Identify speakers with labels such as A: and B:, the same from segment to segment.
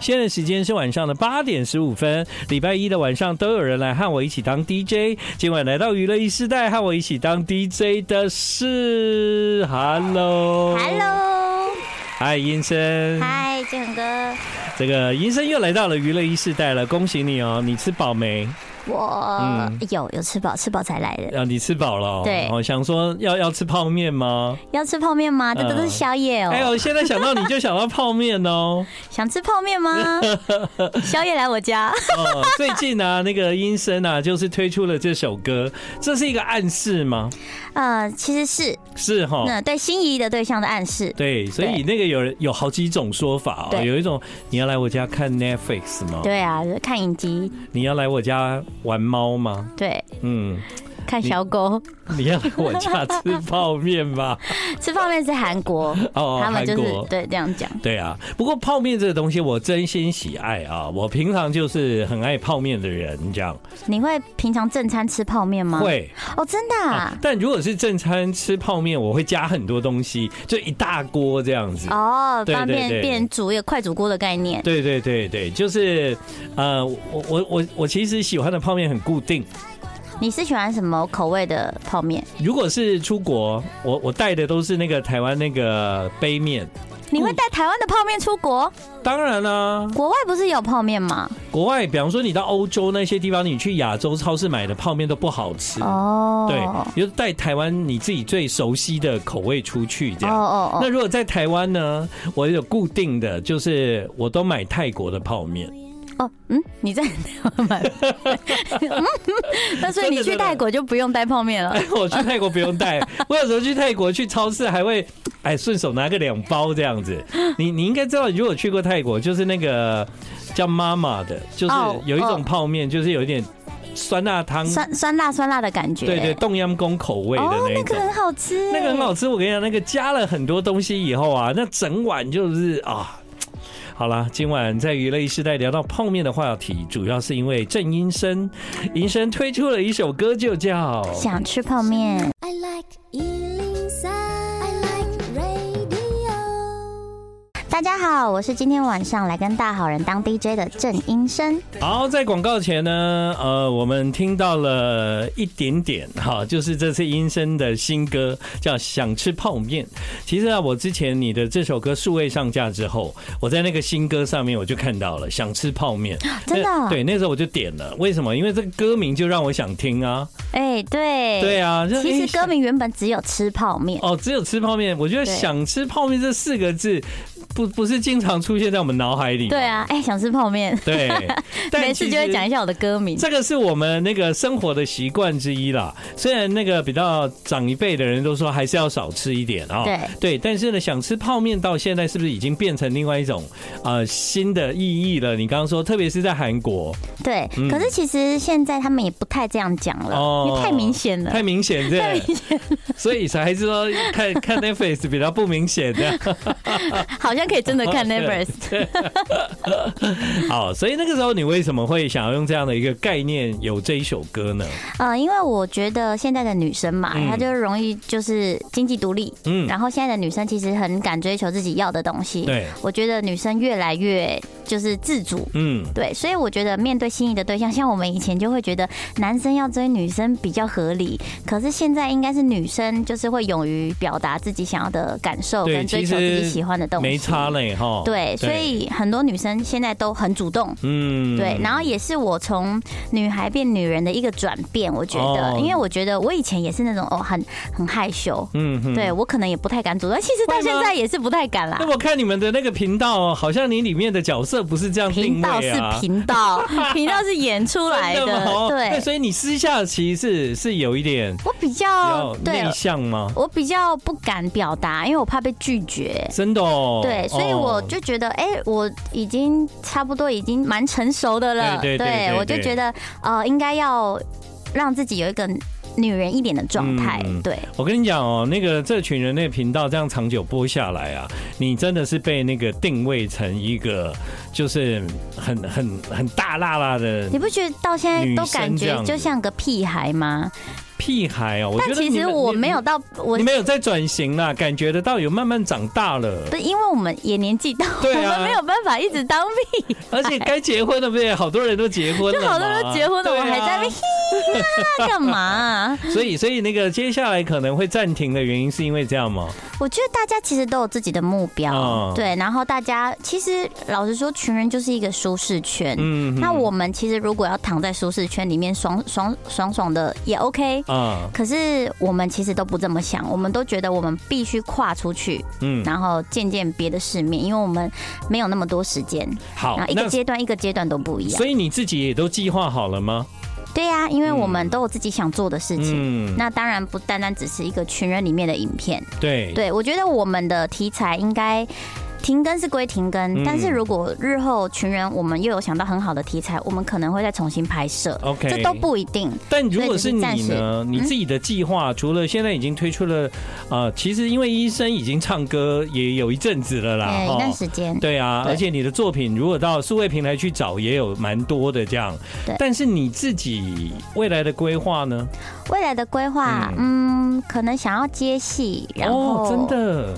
A: 现在时间是晚上的八点十五分，礼拜一的晚上都有人来和我一起当 DJ。今晚来到娱乐一时代和我一起当 DJ 的是 Hello，
B: Hello，
A: 嗨，医生，
B: 嗨，建恒哥，
A: 这个医生又来到了娱乐一时代了，恭喜你哦！你吃饱没？
B: 我、
A: 嗯
B: 有有吃饱，吃饱才来的。
A: 啊，你吃饱了、哦。
B: 呃对
A: 我、想说要要吃泡面吗？
B: 要吃泡面吗？这
A: 嗯
B: 都是宵夜哦。
A: 哎呦，现在想到你就想到泡面哦。
B: 想吃泡 面吗？宵夜来我家。
A: 哦，最近呢、那个医生啊，就是推出了这首歌，这是一个暗示吗？
B: 呃，其实是
A: 是哈、
B: 那对心仪的对象的暗示。
A: 对，所以
B: 对
A: 那个有人有好几种说法哦，
B: 对
A: 有一种你要来我家看 Netflix 吗？
B: 对啊，看影集，
A: 你要来我家玩猫吗？
B: 对，
A: 嗯，
B: 看小狗，
A: 你要来我家吃泡面吗？
B: 吃泡面是韩国，
A: 哦，
B: 他
A: 韩
B: 们就是
A: 国。
B: 对这样讲。
A: 对啊，不过泡面这个东西我真心喜爱啊，我平常就是很爱泡面的人，这样
B: 你会平常正餐吃泡面吗？
A: 会
B: 哦，真的
A: 啊
B: 啊。。
A: 但如果是正餐吃泡面，我会加很多东西，就一大锅这样子。
B: 哦，
A: 啊对
B: 方
A: 对
B: 便
A: 对
B: 变煮一个快煮锅的概念。
A: 对对对对，就是呃，我我我我其实喜欢的泡面很固定。
B: 你是喜欢什么口味的泡面？
A: 如果是出国，我我带的都是那个台湾那个杯面。
B: 你会带台湾的泡面出国？
A: 当然啦、
B: 国外不是有泡面吗？
A: 国外，比方说你到欧洲那些地方，你去亚洲超市买的泡面都不好吃。
B: 哦，
A: 嗯对，你就带台湾你自己最熟悉的口味出去这
B: 哦
A: 样。
B: 哦
A: 那
B: 哦，
A: 如果在台湾呢，我有固定的，就是我都买泰国的泡面。
B: 哦，嗯，你在台湾 买，嗯那所以你去泰国就不用带泡面了。
A: 哎， 我去泰国不用 带，我有时候去泰国去超市还会，哎，顺手拿个两包这样子。你你应该知道，你如果去过泰国，就是那个叫妈妈的，就是
B: 哦
A: 有一种
B: 哦
A: 泡面，就是有一点酸辣汤，
B: 酸酸辣酸辣的感觉，
A: 对对，冻阳功口味的
B: 哦，
A: 那一种
B: 那个。很好吃，
A: 那个很好吃，我跟你讲，那个加了很多东西以后啊，那整碗就是啊。好啦，今晚在娱乐一时代聊到泡面的话题，主要是因为郑英生，英生推出了一首歌，就叫
B: 想吃泡面。
C: I like Ealing Sound. I like radio.
B: 大家好，我是今天晚上来跟大好人当 DJ 的郑英生。
A: 好，在广告前呢，呃，我们听到了一点点哈，就是这次音声的新歌叫《想吃泡面》。其实啊，我之前你的这首歌数位上架之后，我在那个新歌上面我就看到了《想吃泡面》那，
B: 真的哦
A: 对，那时候我就点了，为什么？因为这个歌名就让我想听啊。
B: 哎，对，
A: 对啊，就
B: 其
A: 诶
B: 实歌名原本只有吃泡面，
A: 哦，只有吃泡面，我觉得“
B: 对
A: 想吃泡面”这四个字，不不是经常出现在我们脑海里。
B: 对。啊，哎，想吃泡面，
A: 对， 但
B: 没事
A: 其
B: 就会
A: 实
B: 讲一下我的歌名。
A: 这个是我们那个生活的习惯之一啦。虽然那个比较长一辈的人都说还是要少吃一点啊、
B: 对
A: 但是呢，想吃泡面到现在是不是已经变成另外一种呃新的意义了？你刚刚说，特别是在韩国，
B: 对，可是其实现在他们也不太这样讲了，
A: 嗯哦
B: 因为太明显了。
A: 太明显这样
B: 太，明显，
A: 所以才是说看看 Netflix 比较不明显的。
B: 好像可以真的 看 n
A: 对
B: e v e r s
A: 好，所以那个时候你为什么会想要用这样的一个概念有这一首歌呢？
B: 呃，因为我觉得现在的女生嘛，
A: 嗯
B: 她就容易就是经济独立，
A: 嗯，
B: 然后现在的女生其实很敢追求自己要的东西。，
A: 对，
B: 我觉得女生越来越就是自主。
A: 嗯。
B: 对，所以我觉得面对心仪的对象，像我们以前就会觉得男生要追女生比较合理，可是现在应该是女生就是会勇于表达自己想要的感受
A: 对
B: 跟追
A: 其
B: 求自己
A: 实
B: 喜欢的东西，
A: 没差嘞哈，
B: 对，所以很多女生现在都很主动。
A: 嗯
B: 对，然后也是我从女孩变女人的一个转变，我觉得，
A: 哦
B: 因为我觉得我以前也是那种哦，很很害羞，
A: 嗯哼
B: 对我可能也不太敢主动，其实到
A: 会吗
B: 现在也是不太敢啦
A: 那。我看你们的那个频道，哦好像你里面的角色不是这样定
B: 频道
A: 位
B: 是
A: 啊。
B: 频道，频道是演出 来
A: 真吗
B: 的，
A: 哦哎
B: 对，
A: 所以你私下其实是是有一点比
B: 我比较
A: 较
B: 哦对
A: 内向吗？
B: 我比较不敢表达，因为我怕被拒绝。
A: 真的哦。
B: 对，所以我就觉得，哎、我已经差不多已经蛮成熟的了，
A: 对对对对
B: 我就
A: 对
B: 觉得，呃，应该要让自己有一个女人一点的状态，
A: 嗯
B: 对，
A: 哦我跟你讲哦，那个这群人那个频道这样长久播下来啊，你真的是被那个定位成一个就是很很很大辣辣的
B: 你不觉得到现在都感
A: 女生这
B: 觉
A: 样子
B: 就像个屁孩吗？
A: 屁孩哦、我觉
B: 但
A: 得
B: 其
A: 你
B: 实
A: 们
B: 我
A: 你
B: 没有到我
A: 你。没有在转型啦，感觉得到有慢慢长大了
B: 不，是因为我们也年纪到，
A: 对啊
B: 我们没有办法一直当屁，
A: 而且该结婚了不是？好多人都结婚了
B: 就
A: 嘛，
B: 好多人都结婚了，我还在
A: 对
B: 那边
A: 啊
B: 嘿呀 干嘛啊？
A: 所以，所以那个接下来可能会暂停的原因是因为这样吗？
B: 我觉得大家其实都有自己的目标，
A: 嗯
B: 对，然后大家其实老实说，群人就是一个舒适圈。
A: 嗯，
B: 那我们其实如果要躺在舒适圈里面爽爽爽爽的也 OK，
A: 啊，
B: 可是我们其实都不这么想，我们都觉得我们必须跨出去，
A: 嗯，
B: 然后见见别的世面，因为我们没有那么多时间，
A: 好
B: 然后，一
A: 那
B: 个啊阶段一个阶段都不一样
A: 所。以你自己也都计划好了吗？
B: 对呀、因为我们都有自己想做的事情。
A: 嗯，
B: 那当然不单单只是一个群人里面的影片，
A: 对，
B: 对，我觉得我们的题材应该停更是归停更，
A: 嗯
B: 但是如果日后群人我们又有想到很好的题材，我们可能会再重新拍摄。
A: OK，
B: 这都。不一定，
A: 但如果是你
B: 所以只是嗯
A: 呢？你自己的计划，除了现在已经推出了，呃，其实因为医生已经唱歌也有一阵子了啦，
B: 呃，一
A: 哦
B: 段时间。
A: 对啊，
B: 对
A: 而且你的作品如果到数位平台去找，也有蛮多的这样
B: 对。
A: 但是你自己未来的规划呢？
B: 未来的规划，嗯，可能想要接戏，然
A: 哦，真
B: 后
A: 的，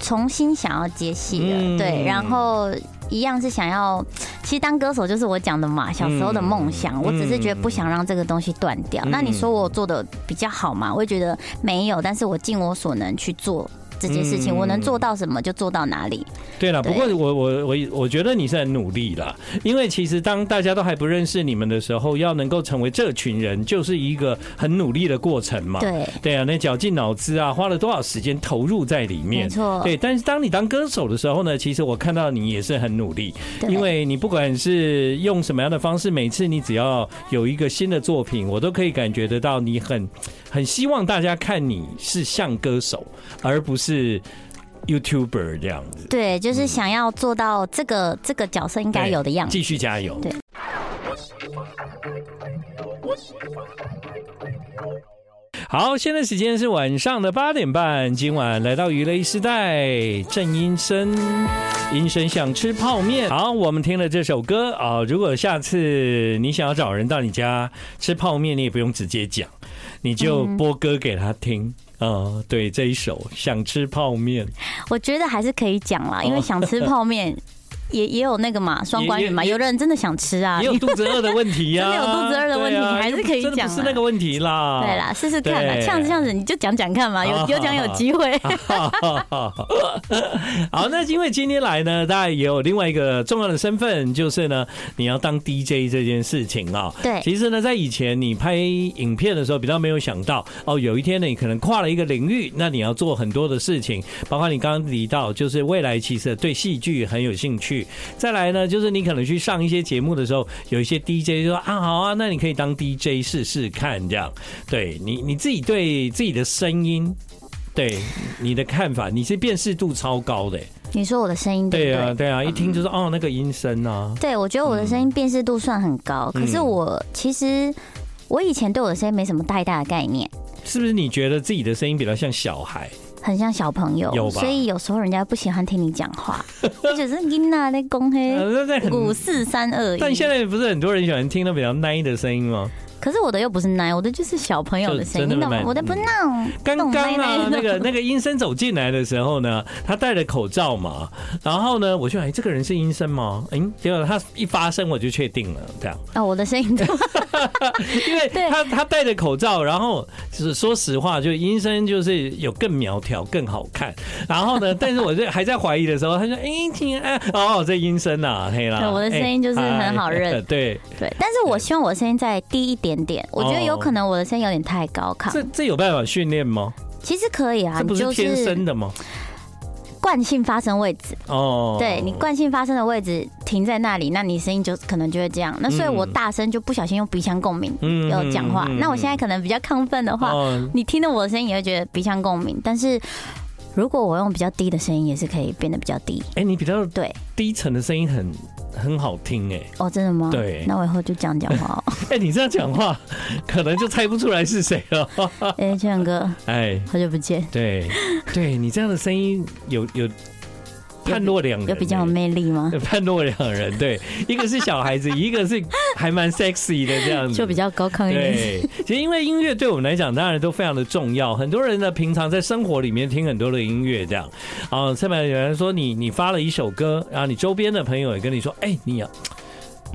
B: 重新想要接戏
A: 嗯
B: 了，对，然后。一样是想要，其实当歌手就是我讲的嘛，小时候的梦想。
A: 嗯
B: 我只是觉得不想让这个东西断掉。
A: 嗯
B: 那你说我做的比较好嘛？我也觉得没有，但是我尽我所能去做这件事情，
A: 嗯
B: 我能做到什么就做到哪里。
A: 对了，
B: 对
A: 不过我我我我觉得你是很努力啦，因为其实当大家都还不认识你们的时候，要能够成为这群人，就是一个很努力的过程嘛。
B: 对，
A: 对啊，那绞尽脑汁啊，花了多少时间投入在里面？
B: 没错
A: 对，但是当你当歌手的时候呢，其实我看到你也是很努力，
B: 对
A: 因为你不管是用什么样的方式，每次你只要有一个新的作品，我都可以感觉得到你很很希望大家看你是像歌手，而不是 YouTuber 这样子。
B: 对，就是想要做到这个这个角色应该有的样子。
A: 继续加油。
B: 对
A: 好，现在时间是晚上的八点半，今晚来到娱乐一时代，郑音生，音生想吃泡面。好，我们听了这首歌啊、如果下次你想要找人到你家吃泡面，你也不用直接讲，你就
B: 嗯
A: 播歌给他听。啊、对这一首想吃泡面，
B: 我觉得还是可以讲啦，因为想 吃泡面，也也有那个嘛，双关语嘛，
A: 也也
B: 有的人真的想吃啊
A: 也。有肚子饿的问题呀、
B: 真的有肚子饿的问题
A: 对啊
B: 还是可以
A: 真的
B: 讲
A: 不
B: 啊
A: 是那个问题啦。
B: 对啦，试试看啦，
A: 啊对啊
B: 这样子这样子，你就讲讲看嘛，有有讲有机会。
A: 好，那因为今天来呢，大家也有另外一个重要的身份，就是呢，你要当 DJ 这件事情啊、
B: 对
A: 其实呢，在以前你拍影片的时候，比较没有想到哦，有一天呢，你可能跨了一个领域，那你要做很多的事情，包括你刚刚提到，就是未来其实对戏剧很有兴趣。再来呢，就是你可能去上一些节目的时候，有一些 DJ 就说啊，好啊，那你可以当 DJ 试试看，这样。对你你自己对自己的声音。对你的看法，你是辨识度超高的、
B: 你说我的声音
A: 对
B: 对不
A: 啊，
B: 对？
A: 对啊，一听就是、哦，那个音声啊，
B: 对，我觉得我的声音辨识度算很高，
A: 嗯
B: 可是我其实我以前对我的声音没什么太大的概念，
A: 是不是？你觉得自己的声音比较像小孩？
B: 很像小朋
A: 有
B: 友，
A: 吧
B: 所以有时候人家不喜欢听你讲 话，就觉得囡娜在
A: 呃
B: 公黑
A: 那在很
B: 五四三二
A: 但现
B: 一。
A: 在不是很多人喜欢听那比较 nice 的声音吗？
B: 可是我的又不是奶，我的就是小朋友的声音，
A: 就真
B: 你
A: 的
B: 懂吗
A: 蛮？
B: 我的不闹，
A: 刚
B: 懂
A: 刚
B: 奶
A: 啊
B: 奶，
A: 那个
B: 的。
A: 那个医生走进来的时候呢，他戴着口罩嘛，然后呢，我就哎，这个人是医生吗？嗯，结果他一发声我就确定了，这样，
B: 哦，我的声音
A: 因为
B: 对
A: 他他戴着口罩，然后就是说实话，就医生就是有更苗条、更好看，然后呢，但是我就还在怀疑的时候，他说，哎，请啊，哦，这医生啊，黑啦，
B: 对嗯我的声音就是
A: 哎
B: 很好认
A: 对，
B: 对，但是我希望我的声音再低一点点。我觉得有可能我的声音有点太高亢，
A: 这这有办法训练吗？
B: 其实可以啊，
A: 这不
B: 你
A: 是
B: 就
A: 天生
B: 是
A: 的吗？
B: 惯性发声位置，
A: 哦，
B: 对你惯性发声的位置停在那里，那你声音就可能就会这样。那所以我大声就不小心用鼻腔共鸣
A: 嗯
B: 有讲话
A: 嗯嗯。
B: 那我现在可能比较亢奋的话，
A: 哦
B: 你听到我的声音也会觉得鼻腔共鸣。但是如果我用比较低的声音，也是可以变得比较低。
A: 哎、你比较
B: 对，
A: 低沉的声音很很好听哎、
B: 哦，真的吗？
A: 对
B: 那我以后就这样讲话 哦。
A: 哎、你这样讲话，可能就猜不出来是谁了。
B: 哎，建仁哥，
A: 哎，
B: 好久不见。
A: 对，对你这样的声音有有判若两人、欸
B: 有比较有魅力吗？
A: 判若两人，对，一个是小孩子，一个是还蛮 sexy 的这样子，
B: 就比较高亢一点。
A: 对，其实因为音乐对我们来讲，当然都非常的重要。很多人呢，平常在生活里面听很多的音乐，这样啊。下面有人说你你发了一首歌，然后你周边的朋友也跟你说，哎、你要、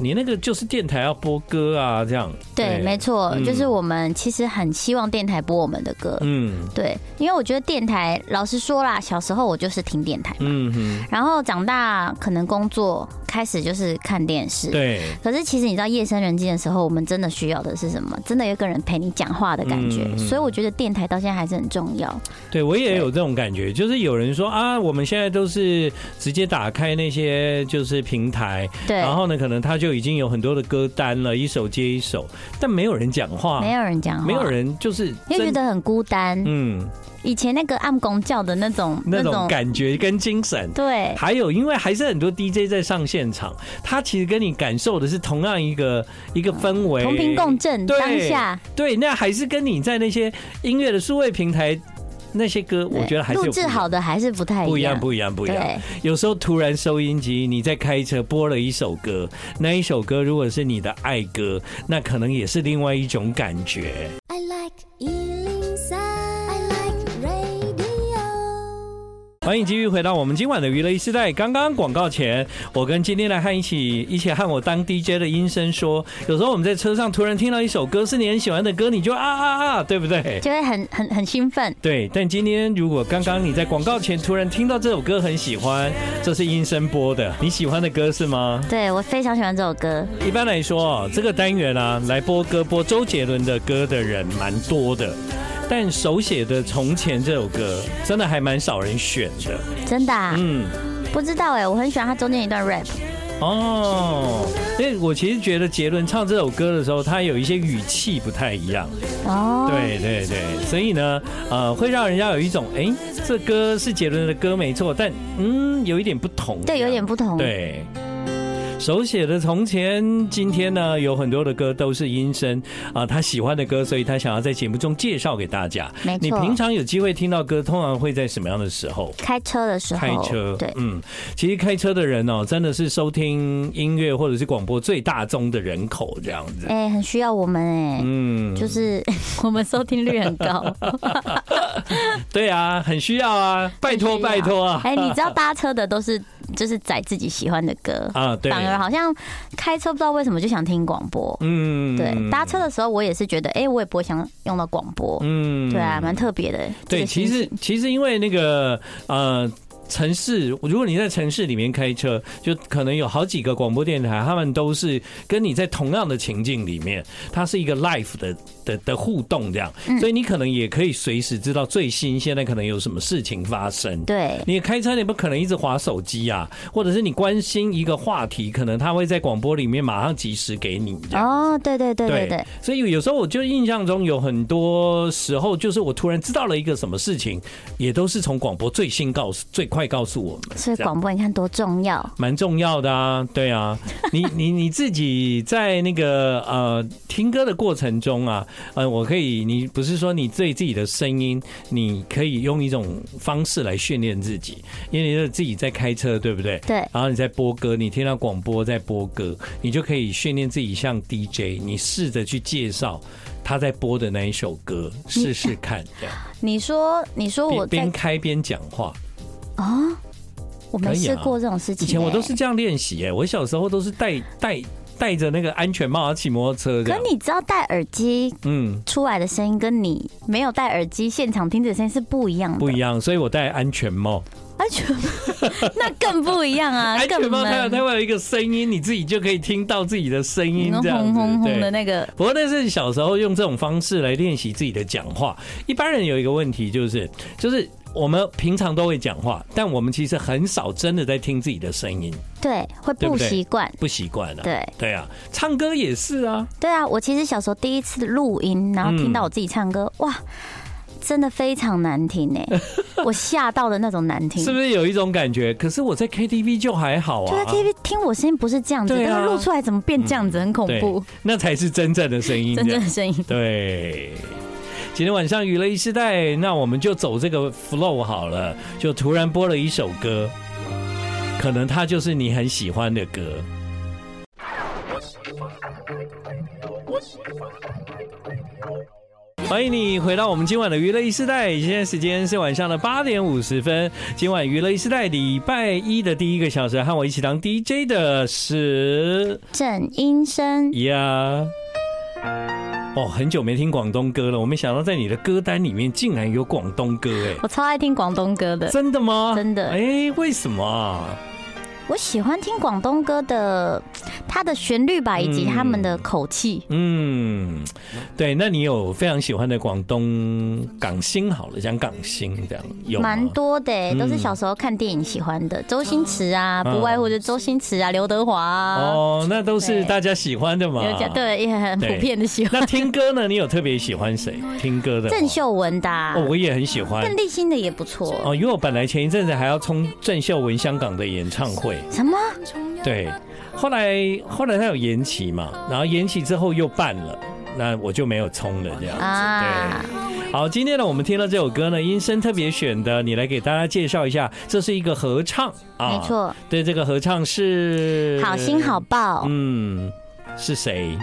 A: 你那个就是电台要播歌啊，这样。
B: 对，没错，
A: 嗯
B: 就是我们其实很希望电台播我们的歌。
A: 嗯
B: 对，因为我觉得电台，老实说啦，小时候我就是听电台，
A: 嗯哼，
B: 然后长大可能工作开始就是看电视。
A: 对，
B: 可是其实你知道夜深人静的时候，我们真的需要的是什么？真的有一个人陪你讲话的感觉。
A: 嗯嗯
B: 所以我觉得电台到现在还是很重要。
A: 对我也有这种感觉，就是有人说啊，我们现在都是直接打开那些就是平台，
B: 对，
A: 然后呢，可能他就已经有很多的歌单了，一首接一首，但没有人讲话，
B: 没有人讲话，
A: 没有，人就是
B: 因为觉
A: 真
B: 得很孤单。
A: 嗯
B: 以前那个暗公教的那种
A: 那种感觉跟精神。
B: 对
A: 还有，因为还是很多 DJ 在上现场，他其实跟你感受的是同样一个一个氛围，
B: 同频共振，
A: 对
B: 当下
A: 对，那还是跟你在那些音乐的数位平台那些歌，我觉得还是有
B: 对录制好的还是不太
A: 不
B: 一
A: 一样，
B: 样，
A: 不一样，不一样。
B: 对
A: 有时候突然收音机，你在开车播了一首歌，那一首歌如果是你的爱歌，那可能也是另外一种感觉。
C: I like Ealing Sound. I like radio.
A: 欢迎继续回到我们今晚的娱乐一时代。刚刚广告前，我跟今天来和一起一起和我当 DJ 的音声说，有时候我们在车上突然听到一首歌是你很喜欢的歌，你就啊啊啊，对不对？
B: 就会很很很兴奋。
A: 对，但今天如果刚刚你在广告前突然听到这首歌很喜欢，这是音声播的，你喜欢的歌是吗？
B: 对我非常喜欢这首歌，
A: 一般来说，哦，这个单元啊，来播歌播周杰伦的歌的人蛮多的，但手写的《从前》这首歌真的还蛮少人选的。
B: 真的、啊
A: 嗯，
B: 不知道哎、我很喜欢它中间一段 rap。
A: 哦，因为我其实觉得杰伦唱这首歌的时候，他有一些语气不太一样。
B: 哦，
A: 对对对，所以呢，呃，会让人家有一种，哎，这歌是杰伦的歌没错，但嗯，有一点不同。
B: 对，有点不同。
A: 对。手写的从前，今天呢有很多的歌都是音声啊、他喜欢的歌，所以他想要在节目中介绍给大家。
B: 没错
A: 你平常有机会听到歌，通常会在什么样的时候？
B: 开车的时候，
A: 开车，
B: 哦对，
A: 嗯，其实开车的人哦、真的是收听音乐或者是广播最大宗的人口这样子。
B: 哎、很需要我们哎、
A: 嗯，
B: 就是 我们收听率很高，
A: 对啊，很需要啊， 拜托
B: 很需要
A: 拜托啊！
B: 哎、你知道搭车的都是就是载自己喜欢的歌，
A: 啊，对，
B: 反而好像开车不知道为什么就想听广播。
A: 嗯
B: 对，搭车的时候我也是觉得，哎、我也不会想用到广播。
A: 嗯
B: 对啊，蛮特别的。这
A: 对，
B: 个
A: 其
B: 心情
A: 实其实因为那个呃。城市，如果你在城市里面开车，就可能有好几个广播电台，他们都是跟你在同样的情境里面，它是一个 live 的的的互动这样，
B: 嗯
A: 所以你可能也可以随时知道最新现在可能有什么事情发生。
B: 对
A: 你开车你不可能一直划手机啊，或者是你关心一个话题，可能他会在广播里面马上及时给你这样。
B: 哦，对对对对对，
A: 所以有时候我就印象中有很多时候，就是我突然知道了一个什么事情，也都是从广播最新告诉、最快告诉我们，
B: 所以
A: 这样
B: 广播你看多重要。
A: 蛮重要的啊。对啊， 你你你自己在那个呃听歌的过程中啊，呃，我可以，你不是说你对自己的声音，你可以用一种方式来训练自己，因为你是自己在开车，对不对？
B: 对
A: 然后你在播歌，你听到广播在播歌，你就可以训练自己像 DJ，你试着去介绍他在播的那一首歌，试试 看，这样
B: 你说，你说哦我
A: 边边
B: 在
A: 开边讲话。
B: 我没
A: 可以
B: 试
A: 啊
B: 过这种事情、欸
A: 以前我都是。这样练习，哎，我小时候都是戴戴戴着那个安全帽然后骑摩托车这
B: 可
A: 样。
B: 你知道戴耳机
A: 嗯，
B: 出来的声音跟你没有戴耳机现场听的声音是不一样的，
A: 不一样，所以我戴安全帽。
B: 安 全帽那更不一样啊，
A: 安全
B: 更
A: 帽它有
B: 闷
A: 它会有一个声音，你自己就可以听到自己的声音这样
B: 嗯轰轰
A: 子。
B: 轰
A: 对。
B: 的那个，
A: 不过那是小时候用这种方式来练习自己的讲话。一般人有一个问题就是，就是我们平常都会讲话，但我们其实很少真的在听自己的声音，
B: 对，会
A: 对
B: 不
A: 不对
B: 习惯。
A: 不习惯了。
B: 对
A: 对啊，唱歌也是啊。
B: 对啊，我其实小时候第一次录音，然后听到我自己唱歌，
A: 嗯
B: 哇，真的非常难听哎、 我吓到的那种难听。
A: 是不是有一种感觉？可是我在 KTV 就还好
B: 就在
A: 啊，
B: TV 听我声音不是这样子，
A: 对啊
B: 但是录出来怎么变这样子，很恐
A: 对
B: 怖，，
A: 那才是真正的声音，
B: 真
A: 这
B: 正
A: 样
B: 的声音。
A: 对。今天晚上娱乐一时代，那我们就走这个 flow 好了，就突然播了一首歌，可能它就是你很喜欢的歌。欢迎你回到我们今晚的娱乐一时代，现在时间是晚上的八点五十分。今晚娱乐一时代礼拜一的第一个小时，和我一起当 DJ 的是
B: 郑音生
A: 呀。哦，很久没听广东歌了，我没想到在你的歌单里面竟然有广东歌哎，
B: 我超爱听广东歌的，
A: 真的吗？
B: 呃真的
A: 哎，为什么啊？
B: 我喜欢听广东歌的，它的旋律吧，以及
A: 嗯
B: 他们的口气。
A: 嗯，对，那你有非常喜欢的广东港星？好了，讲港星这样有吗
B: 蛮多的、欸，
A: 嗯
B: 都是小时候看电影喜欢的，周星驰啊，
A: 嗯
B: 不外乎就周星驰啊、刘德华啊，
A: 哦，那都是
B: 对
A: 大家喜欢的嘛
B: 有。家。对也很普
A: 对
B: 遍的喜欢。
A: 那听歌呢？你有特别喜欢谁？听歌的话
B: 郑秀文的啊、
A: 哦，我也很喜欢
B: 邓丽欣的也不错。
A: 哦，因为我本来前一阵子还要冲郑秀文香港的演唱会，
B: 什么？
A: 对，后来后来他有延期嘛，然后延期之后又办了，那我哦就没有冲了这样子。
B: 啊
A: 对，好，今天呢，我们听到这首歌呢，音声特别选的，你来给大家介绍一下，这是一个合唱啊，
B: 没，错，
A: 对，这个合唱是
B: 好心好，报，
A: 嗯，是谁？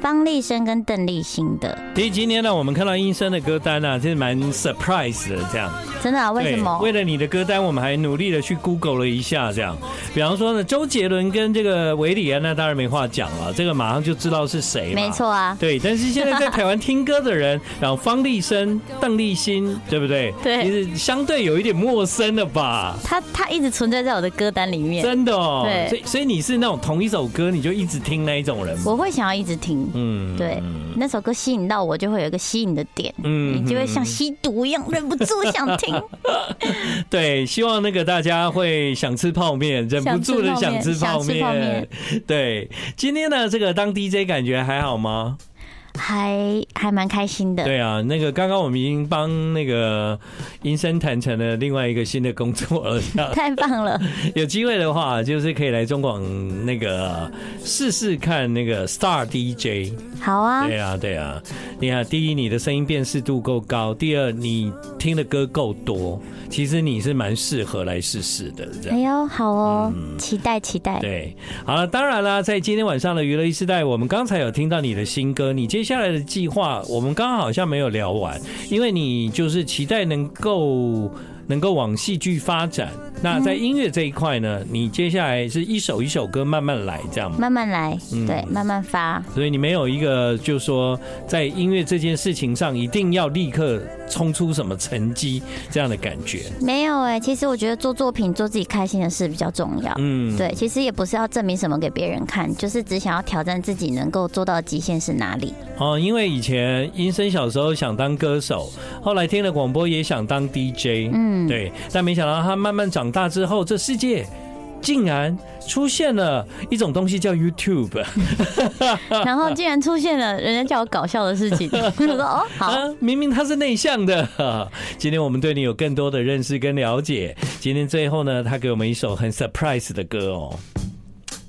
B: 方力申跟邓丽欣的，
A: 其实今天呢，我们看到音声的歌单啊，其实蛮 surprise 的这样。
B: 真的、啊？为什么
A: 对？为了你的歌单，我们还努力的去 Google 了一下，这样。比方说呢，周杰伦跟这个韦礼安，那当然没话讲了，这个马上就知道是谁。
B: 没。错啊，
A: 对，但是现在在台湾听歌的人，然后方力申、邓丽欣，对不对？
B: 对
A: 其实相对有一点陌生的吧，
B: 它它一直存在在我的歌单里面，
A: 真的哦。
B: 对
A: 所以所以你是那种同一首歌你就一直听那一种人吗？
B: 我会想要一直听。
A: 嗯，
B: 对，那首歌吸引到我，就会有一个吸引的点，
A: 嗯
B: 你就会像吸毒一样忍不住想 听，
A: 对，希望那个大家会想吃泡面，忍不住的想吃泡
B: 想吃泡
A: 面
B: 面。
A: 对，今天呢，这个当 DJ 感觉还好吗？
B: 还还蛮开心的。
A: 对啊，那个刚刚我们已经帮那个医生谈成了另外一个新的工作 了。这样
B: 太棒了，
A: 有机会的话，就是可以来中广那个试试看那个 Star DJ。
B: 好啊，
A: 对啊，对啊，你看，第一，你的声音辨识度够高；第二，你听的歌够多。其实你是蛮适合来试试的，这样
B: 哎。呦，好哦，期待期待。
A: 嗯对，好了，当然啦，在今天晚上的娱乐一时代，我们刚才有听到你的新歌，你接下来的计划，我们刚刚好像没有聊完，因为你就是期待能够能够往戏剧发展。那在音乐这一块呢，
B: 嗯
A: 你接下来是一首一首歌慢慢来，这样吗？
B: 慢慢来，
A: 嗯
B: 对，慢慢发。
A: 所以你没有一个，就是说在音乐这件事情上一定要立刻冲出什么成绩这样的感觉。
B: 没有哎、其实我觉得做作品、做自己开心的事比较重要。
A: 嗯，
B: 对，其实也不是要证明什么给别人看，就是只想要挑战自己能够做到的极限是哪里。
A: 哦，因为以前音声小时候想当歌手，后来听了广播也想当 DJ，
B: 嗯，
A: 对，但没想到他慢慢长大之后，这世界竟然出现了一种东西叫 YouTube
B: 然后竟然出现了人家叫我搞笑的事 情，我说哦好，
A: 啊， 明明他是内向的。今天我们对你有更多的认识跟了解。今天最后呢，他给我们一首很 surprise 的歌哦。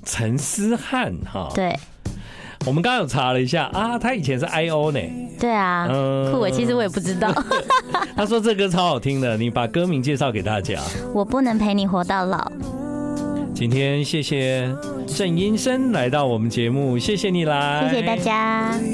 A: 陈思翰哈，
B: 对
A: 我们刚刚有查了一下啊，他以前是 IO 呢，
B: 对啊，
A: 嗯
B: 酷我其实我也不知道，
A: 他说这歌超好听的，你把歌名介绍给大家。
B: 我不能陪你活到老，
A: 今天谢谢郑英生来到我们节目，谢谢你来，
B: 谢谢大。家。